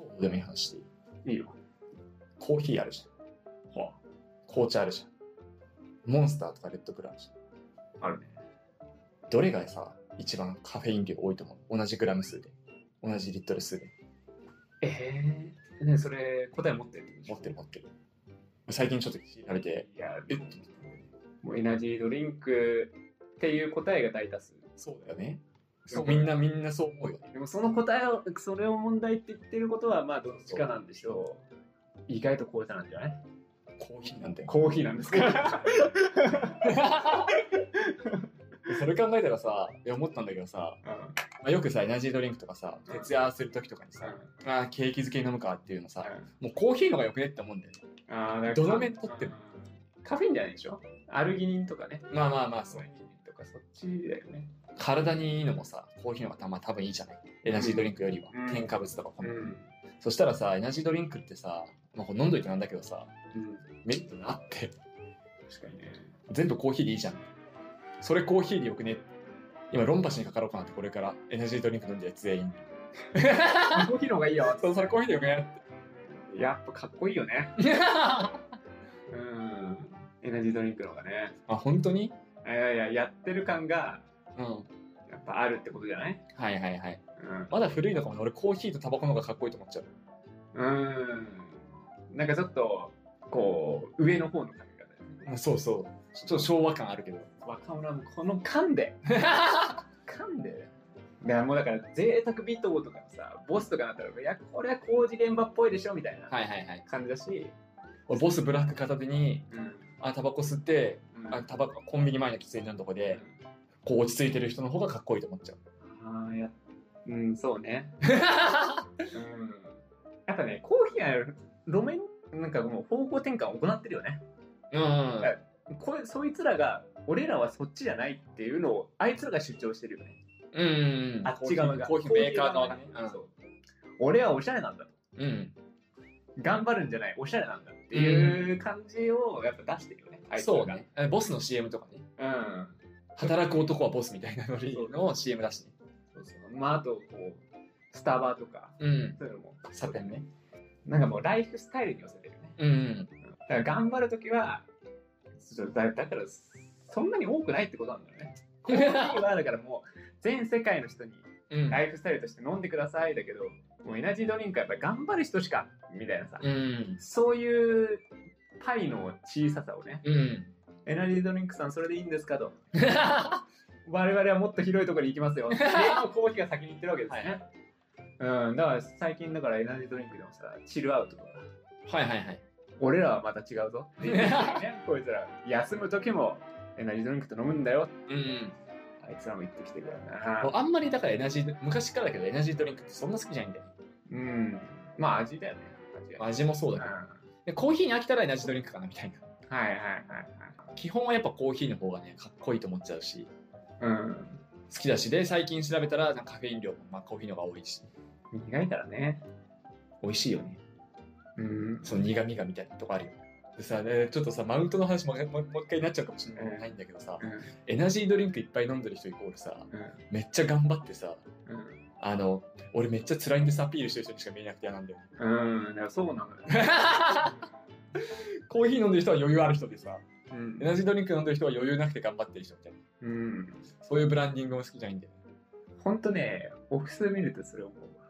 ょうどでもいい話していいいいよ。コーヒーあるじゃん。は紅茶あるじゃん。モンスターとかレッドブルあるじあるね。ゃん。どれがさ、一番カフェイン量多いと思う同じグラム数で。同じリットル数で。ええねそれ答え持ってるってことでしょ持ってる持ってる。最近ちょっと調べて。いや、えっともうエナジードリンクっていう答えが大多数。そうだよね。そうみんなみんなそう思うよね。でもその答えを、それを問題って言ってることは、まあどっちかなんでしょう。意外と紅茶なんじゃないコーヒーなん て。コーヒーなんですかそれ考えたらさ、いや思ったんだけどさ、うんうんまあ、よくさ、エナジードリンクとかさ、徹夜するときとかにさ、うあーケーキ漬けに飲むかっていうのさ、んもうコーヒーの方がよくねって思うんだよね。あーだからどの面取ってるカフェインじゃないでしょアルギニンとかね。まあまあまあ、そうアルギニンとかそっちだよね。体にいいのもさコーヒーの方がたま多分いいじゃないエナジードリンクよりは、うん添加物とかこうの、ん。そしたらさエナジードリンクってさ、まあ、これ飲んどいてなんだけどさうん、メリットなって確かにね。全部コーヒーでいいじゃんそれコーヒーでよくね今論破しにかかろうかなってこれからエナジードリンク飲んでるやつ全員コーヒーの方がいいよ。そうそれコーヒーでよくね やっぱかっこいいよね。って あうん。エナジードリンクの方がね。本当にいやいや、やってる感がうんやっぱあるってことじゃないはいはいはいうん。まだ古いのかもね俺コーヒーとタバコの方がかっこいいと思っちゃううん。なんかちょっと、こう、上の方の感じがね。うんそうそうちょっと昭和感あ るけど若者もこの缶で缶でいやもうだから贅沢ビートとかのさボスとかだったらいやこれは工事現場っぽいでしょみたいなはいはいはい感じだし、俺ボスブラック片手にうんあタバコ吸ってうんあタバココンビニ前の喫煙所のとこでこう落ち着いてる人の方がかっこいいと思っちゃう。あーやうんそうねうんやっぱねコーヒーは路面なんかもう方向転換を行ってるよね うん。いこれそいつらが俺らはそっちじゃないっていうのをあいつらが主張してるよねうん。あっち側がコーヒーのメーカー側ね。そう俺はおしゃれなんだとうん。頑張るんじゃないおしゃれなんだっていう感じをやっぱ出してるよね、あいつらそうがね。えボスの CM とかね。うん働く男はボスみたいなノリの CM だしね。そうそうまああとこうスタバとかうん。そういうのもサテンね。なんかもうライフスタイルに寄せてるよねうん。うんだから頑張るときはちょっとだだからそんなに多くないってことなんだ よねコーヒーはだからもう全世界の人にうん。ライフスタイルとして飲んでくださいだけどもうエナジードリンクはやっぱり頑張る人しかみたいなさ、うん。そういうパイの小ささをねうん。 エナジードリンクさんそれでいいんですかと我々はもっと広いところに行き ますよでもコーヒーが先に行ってるわけですね、うん、だから最近だからエナジードリンクでもさチルアウトとかはいはいはい。俺らはまた違 うぞって言ってるよねこいつら休む時もエナジードリンクと飲むんだようん。あいつらも言ってきてるからもうなあんまりだからエナジー、昔からだけどエナジードリンクってそんな好きじゃないんだよね。うんまあ味だよね味だよね味もそううんだはけいど。でコーヒーに飽きたらエナジードリンクかなみたいな。はいはい基本はやっぱコーヒーの方がね、かっこいいと思っちゃうし。はい好きだしで最近調べたらなんかカフェイン量もまあコーヒーの方が多いしうん苦いからね美味しいよねうんその苦味がみたいなとこあるよでさねちょっとさマウントの話もももう一回になっちゃうかもしれうんないんだけどさ、うんエナジードリンクいっぱい飲んでる人イコールさうめっちゃ頑張ってさんうんあの俺めっちゃ辛いんですアピールしてる人にしか見えなくて嫌なんだ よねうん、だからそうなのよ。コーヒー飲んでる人は余裕ある人でさうんエナジードリンク飲んでる人は余裕なくて頑張ってる人みたいなうん。そういうブランディングも好きじゃないんだよほんとね、オフィス見るとそれ思うわ。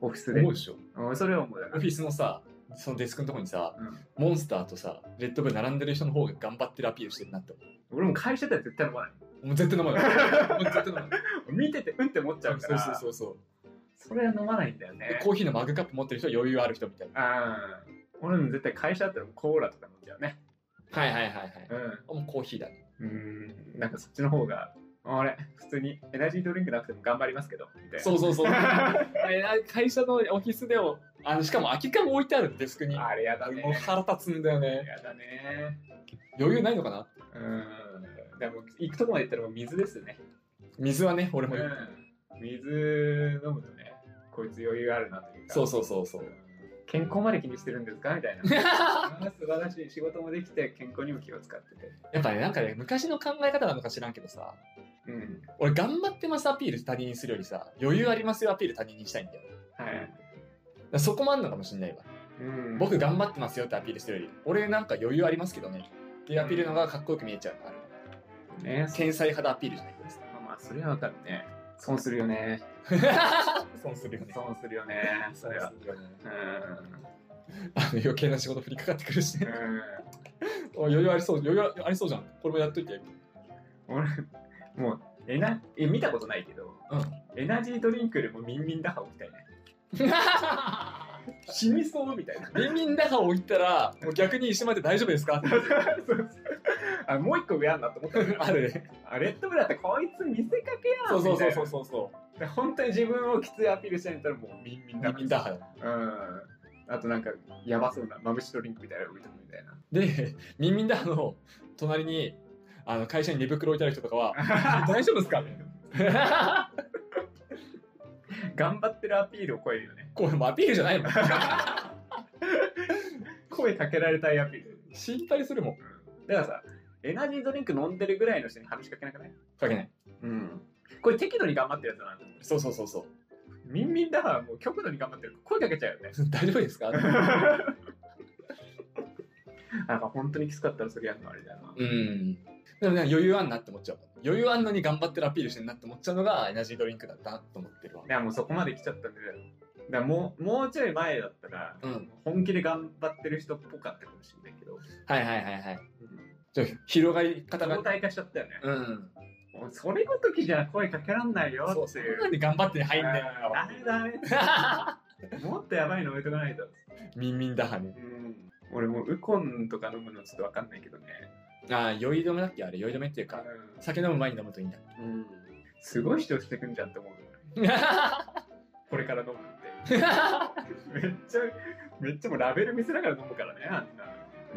オフィスで。思うでしょうんそれ思うだオかフら。ィスのさそのデスクのとこにさうんモンスターとさレッドブル並んでる人の方が頑張ってるアピールしてるなって思う俺も会社では絶対飲まない。もう絶対飲ま ない。もう絶対飲まない。見ててうんって思っちゃうかそうら。そうそうそう。それは飲まないんだよでね。コーヒーのマグカップ持ってる人は余裕ある人みたいな。あー俺も絶対会社だったらコーラとか飲んじゃうね。はいはいはいはい。うん。もうコーヒーだね。うん。なんかそっちの方が、あれ、普通にエナジードリンクなくても頑張りますけど、みたい な。そうそうそう。えな会社のオフィスでも、あのしかも空き缶置いてあるデスクに。もあれやだねう。腹立つんだよね。やだね。余裕ないのかなうん。でも行くとこまで行ったらもう水ですよね。水はね、俺も言う。うん、水飲むとねこいつ余裕あるなというかそうそうそうそう。健康まで気にしてるんですかみたいな あー素晴らしい仕事もできて健康にも気を使っててやっぱね、なんかね、昔の考え方なのか知らんけどさ、うん俺頑張ってますアピール他人にするよりさ、余裕ありますよアピール他人にしたいんだよ。はいらそこもあんのかもしれないわ。うん、僕頑張ってますよってアピールしてるより、俺なんか余裕ありますけどね。っていうアピールの方がかっこよく見えちゃうのがある。ね、天才肌アピールじゃないですか。まあまあ、それはわかるね。損するよね。 損するよね。損するよね。それは。損するよねうん。あの余計な仕事振りかかってくるしね。うお余裕ありそう、余裕ありそうじゃん。これもやっとい て。ん。俺、もう、えな、え、見たことないけど、うんエナジードリンクよりもミンミン打破をみたいな。死にそうみたいな。ビンビン打破を言ったら、もう逆に石まで大丈夫ですかってそう あもう一個上あんなと思ったけ どあるね。あレッドブルだってこいつ見せかけやんそうそうそうみたそいうそうそなで本当に自分をきついアピールしてんだったらもうミンミう。ビンだンビン打破だ。うんあとなんかやばそうなマムシドリンクみたいなの置いとくみたいなで、ミンミンダーの隣に、あの会社に寝袋置いてある人とか は、大丈夫 ですか 頑張ってるアピールを超えるよねこれもうアピールじゃないもん。声かけられたいアピール心配するもん。だからさエナジードリンク飲んでるぐらいの人に話しかけなくないかけない。うんこれ適度に頑張ってるやつだなと思うそうそうそうそう。ミンミンだはもう極度に頑張ってる声かけちゃうよね 大丈夫 ですか なんか本当にきつかったらそれやるのあれだよなうん。でもね、余裕あんなって思っちゃうもん。余裕あんのに頑張ってるアピールしてんなって思っちゃうのがエナジードリンクだったなと思ってるわい。やもうそこまで来ちゃったんでだからもうもうちょい前だったら、うん本気で頑張ってる人っぽかったかもしれないけど、はいはいはいはい。じゃあ広がり方が状。態化しちゃったよね、うん。もうそれごときじゃ声かけらんないよそう、ってそいんうなんで頑張って入んねダメダメもっとやばいの置いとかないと、ん。 ミンミンダハね。俺もうウコンとか飲むのちょっとわかんないけどね、ああ、酔い止めだっけあれ、酔い止めっていうか、酒飲む前に飲むといいんだ。 うんすごい主張してくんじゃんって思うよねこれから飲むってめっちゃめっちゃもうラベル見せながら飲むからねあんな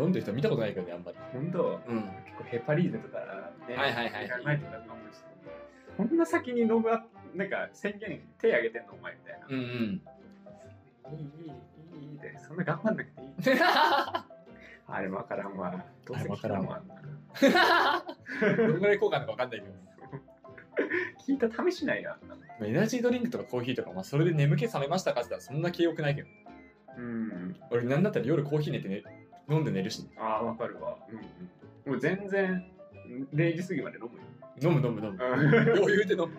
飲んでる人見たことないけどね、あんまり。本当うん。結構ヘパリーゼとかね、はいはいはい考えてたと思うんですけどこんな先に飲むあなんか宣言手挙げてんのお前みたいな、うんうん。 いいいいいいいいでそんな頑張んなくていいあれわからんわどうせ聞いたもんあんなどんぐらい効果なのかわかんないけど。聞いた試しないよあんなのエナジードリンクとかコーヒーとか、まあ、それで眠気覚めましたかって言ったら、そんな記憶ないけど。うん俺、なんだったら夜コーヒー寝てね、飲んで寝るし、ああわかるわ、うん、もう全然0時過ぎまで飲むよ飲む飲む飲む。うん余裕で飲む。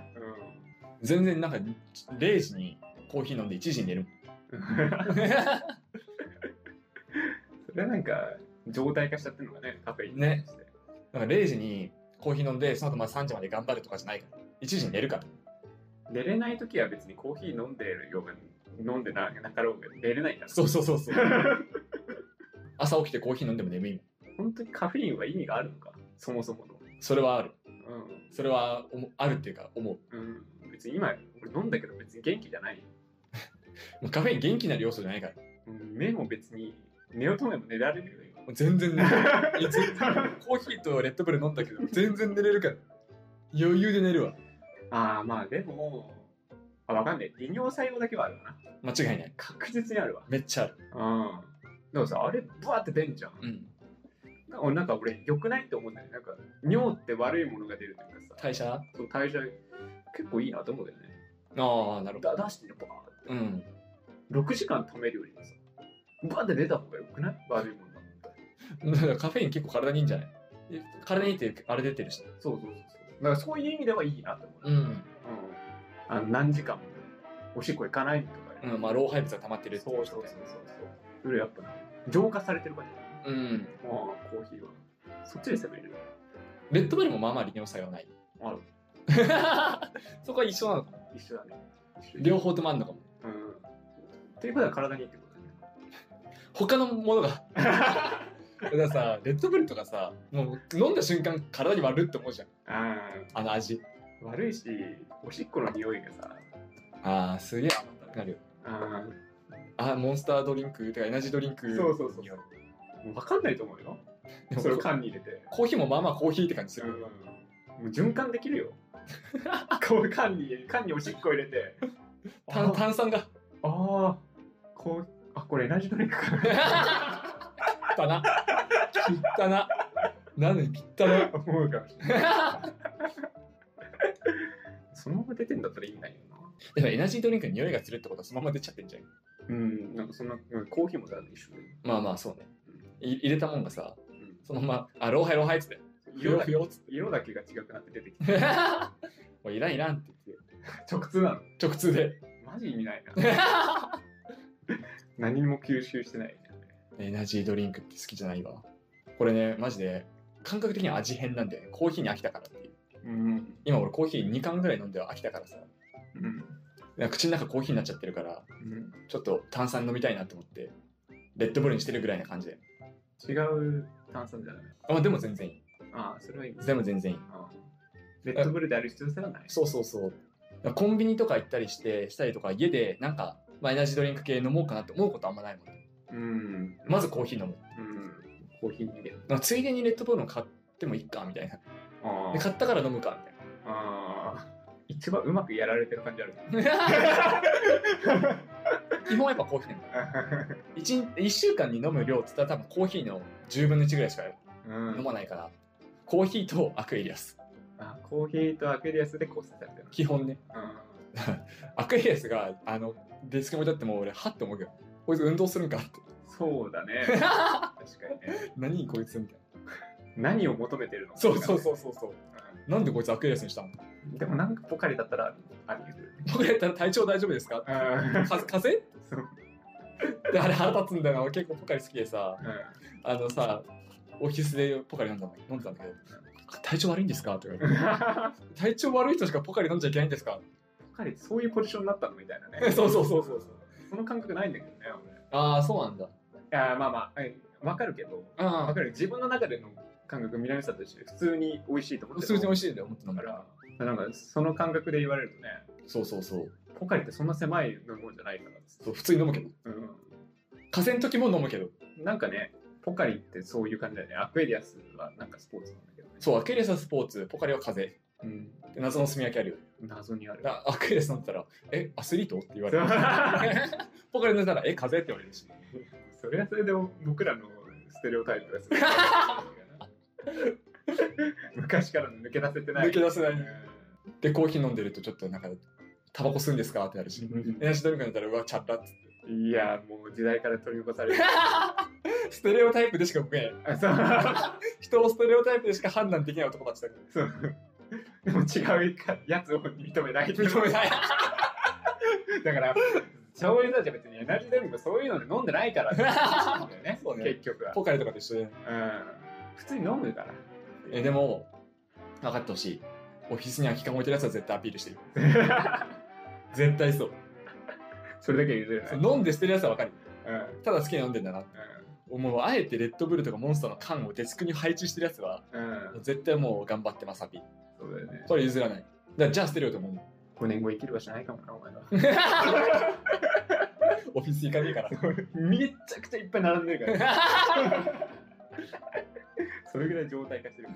全然なんか、0時にコーヒー飲んで1時に寝る もん。それはなんか状態化しちゃってるのがねカフェインにね対してなんか0時にコーヒー飲んで、その後まあ3時まで頑張るとかじゃないから。1時に寝るから。寝れない時は別にコーヒー飲んでるようが飲んでななかろうが寝れないからそうそうそうそう。朝起きてコーヒー飲んでも眠いもん。 本当にカフェインは意味があるのかそもそものそれはある。うそれは思うあるっていうか思う。ん、うん、別に今俺飲んだけど別に元気じゃないよ、もうカフェイン元気になる要素じゃないから。もうん、目も別に寝ようと思えば寝られるよ今う全然寝れる。 いや全然コーヒーとレッドブル飲んだけど、全然寝れるから。余裕で寝るわ。ああまあでもあわかんない利尿作用だけはあるわな間違いない。確実にあるわめっちゃある。うんでもさあれブワーって出んじゃんうん。俺なんか俺良くないって思うんだよねなんか尿って悪いものが出るというかさ代謝あそう代謝結構いいなと思うけどねあ、なるほだど。出してねバーってうん。 6時間貯めるよりもさ、バンって出た方がよくない悪いもんなんだかだ。ら カフェイン結構体にいいんじゃないえ体にいいっていうあれ出てるし。そうそうそうそう。だからそういう意味ではいいなと思う。う。ん。うん、あの何時間もおしっこ行かないとか、うん、まあ、老廃物が溜まってるってそいううそうそうそうそう。それやっぱ、浄化されてる感じだね。うん。ああ、コーヒーは。そっちで攻める。レッドブルもまあまあ利尿作用ない。ある。 そこは一緒なのかも。一緒だね。一 緒両。方ともあんのかも。うん。っていうことは体にいいってことだね。他のもの が。 だからさ、レッドブルとかさ、もう飲んだ瞬間体に悪いって思うじゃん。ああの味。あ、悪いし、おしっこの匂いがさ、ああ、すげえ甘ったなるよ。ああーモンスタードリンク、てかエナジードリンク。そうそうそうあ、もう分かんないと思うよ。でもそれを缶に入れて。コーヒーもまあまあコーヒーって感じする。もう循環できるよ。こう缶に缶におしっこ入れて。炭炭酸が。ああこうあこれエナジードリンクかな。 汚な。汚な。なんで汚 な。思うかもしれない。そのまま出てんだったら意味ないよでもエナジードリンクに匂いがするってことはそのまま出ちゃってんじゃん。な。うん、なんかそんな、うんコーヒーもだって一緒で。まあまあそうねい入れたもんがさうんそのままあローハイローハイっつって不色要だ不け要っつっ色だけが違くなって出てきて。て もういらんいらんって言って直通なの。直通でマジ意味ないな。何も吸収してない。エナジードリンクって好きじゃないわこれねマジで感覚的には味変なんだよねコーヒーに飽きたからっていううん。今俺コーヒー2缶ぐらい飲んで飽きたからさうん。口の中コーヒーになっちゃってるからうんちょっと炭酸飲みたいなと思ってレッドブルにしてるぐらいな感じで違う炭酸じゃない。あでも全然いいああ、それはいい。でも全然いいああレッドブルである必要性はない。そうそうそうコンビニとか行ったりしてしたりとか家でなんか、まあ、エナジードリンク系飲もうかなって思うことあんまないもん、ね、うん。まずコーヒー飲むうん。コーヒーにで。なんかついでにレッドブルも買ってもいいかみたいなあで買ったから飲むかみたいなあ。ああ。一番うまくやられてる感じある。 基本はやっぱコーヒーなの 1, 1週間に飲む量って言ったら多分コーヒーの10分の1ぐらいしか うん飲まないから、コーヒーとアクエリアスあコーヒーとアクエリアスで構成されてる基本ねの。うんアクエリアスがあのデスクに置いてあっても俺はって思うけどこいつ運動するんかって そうだね。確かにね。何こいつみたいな何を求めてるのそうそうそうそうそうなんでこいつアクエリアスにしたのうんでもなんかポカリだったらあり得る。僕やったら体調大丈夫ですかうん か風邪そうであれ腹立つんだよな俺結構ポカリ好きでさあのさオフィスでポカリ飲んだの飲んでたんだけど体調悪いんですかって言わうれん てポ体調悪い人しかポカリ飲んじゃいけないんですか。カリそういうポジションになったのみたいな ねそうそうそうそうそうその感覚ないんだけどね、俺。ああそうなんだいやまあまあ、はいわかるけど、わあかる。自分の中での感覚、南さんと一緒で普通に美味しいと思あって数字美味味しいんだよ思って飲だむかからら、なんかその感覚で言われるとね、そうそうそうポカリってそんな狭い飲み物じゃないからです。そう普通に飲むけどうん風邪の時も飲むけどなんかね、ポカリってそういう感じだよね。アクエリアスはなんかスポーツなんだけどね。そうアクエリアスはスポーツポカリは風邪うん、で謎の住み分けあるよ謎にあ る。なアクエリアス飲んだら「えアスリート?」って言われそう るポカリ飲んだら「え風邪?」って言われるしそれはそれで僕らのステレオタイプがすごい 昔からの抜け出せてない。抜け出せないうんでコーヒー飲んでるとちょっとなんか「タバコ吸うんですか?」ってなるしエナジードリンク飲んだら「うわチャラ」っ つっいや、もう時代から取り残さ れる。てステレオタイプでしか僕ねあそう人をステレオタイプでしか判断できない男たちだからそうでも違うやつを認めない。認めない だから、そういう人たちは別にエナジードリンクそういうので飲んでないからって話なんだよ そうね結局は。ポカリとかと一緒でうん普通に飲むから。えでも分かってほしいオフィスに空き缶置いてるやつは絶対アピール してる絶対そうそれだけは譲れない。そうう飲んで捨てるやつは分かるんうんただ好きに飲んでんだなもうあえてレッドブルとかモンスターの缶をデスクに配置してるやつはうんもう絶対もう頑張ってますアピールそうだよね。これ譲らないだからじゃあ捨てるよと思うもん5年後生きる場所ないかもな、お前は。オフィス行かねえから めっちゃくちゃい っ ぱい並んでるから。それぐらい状態化してる。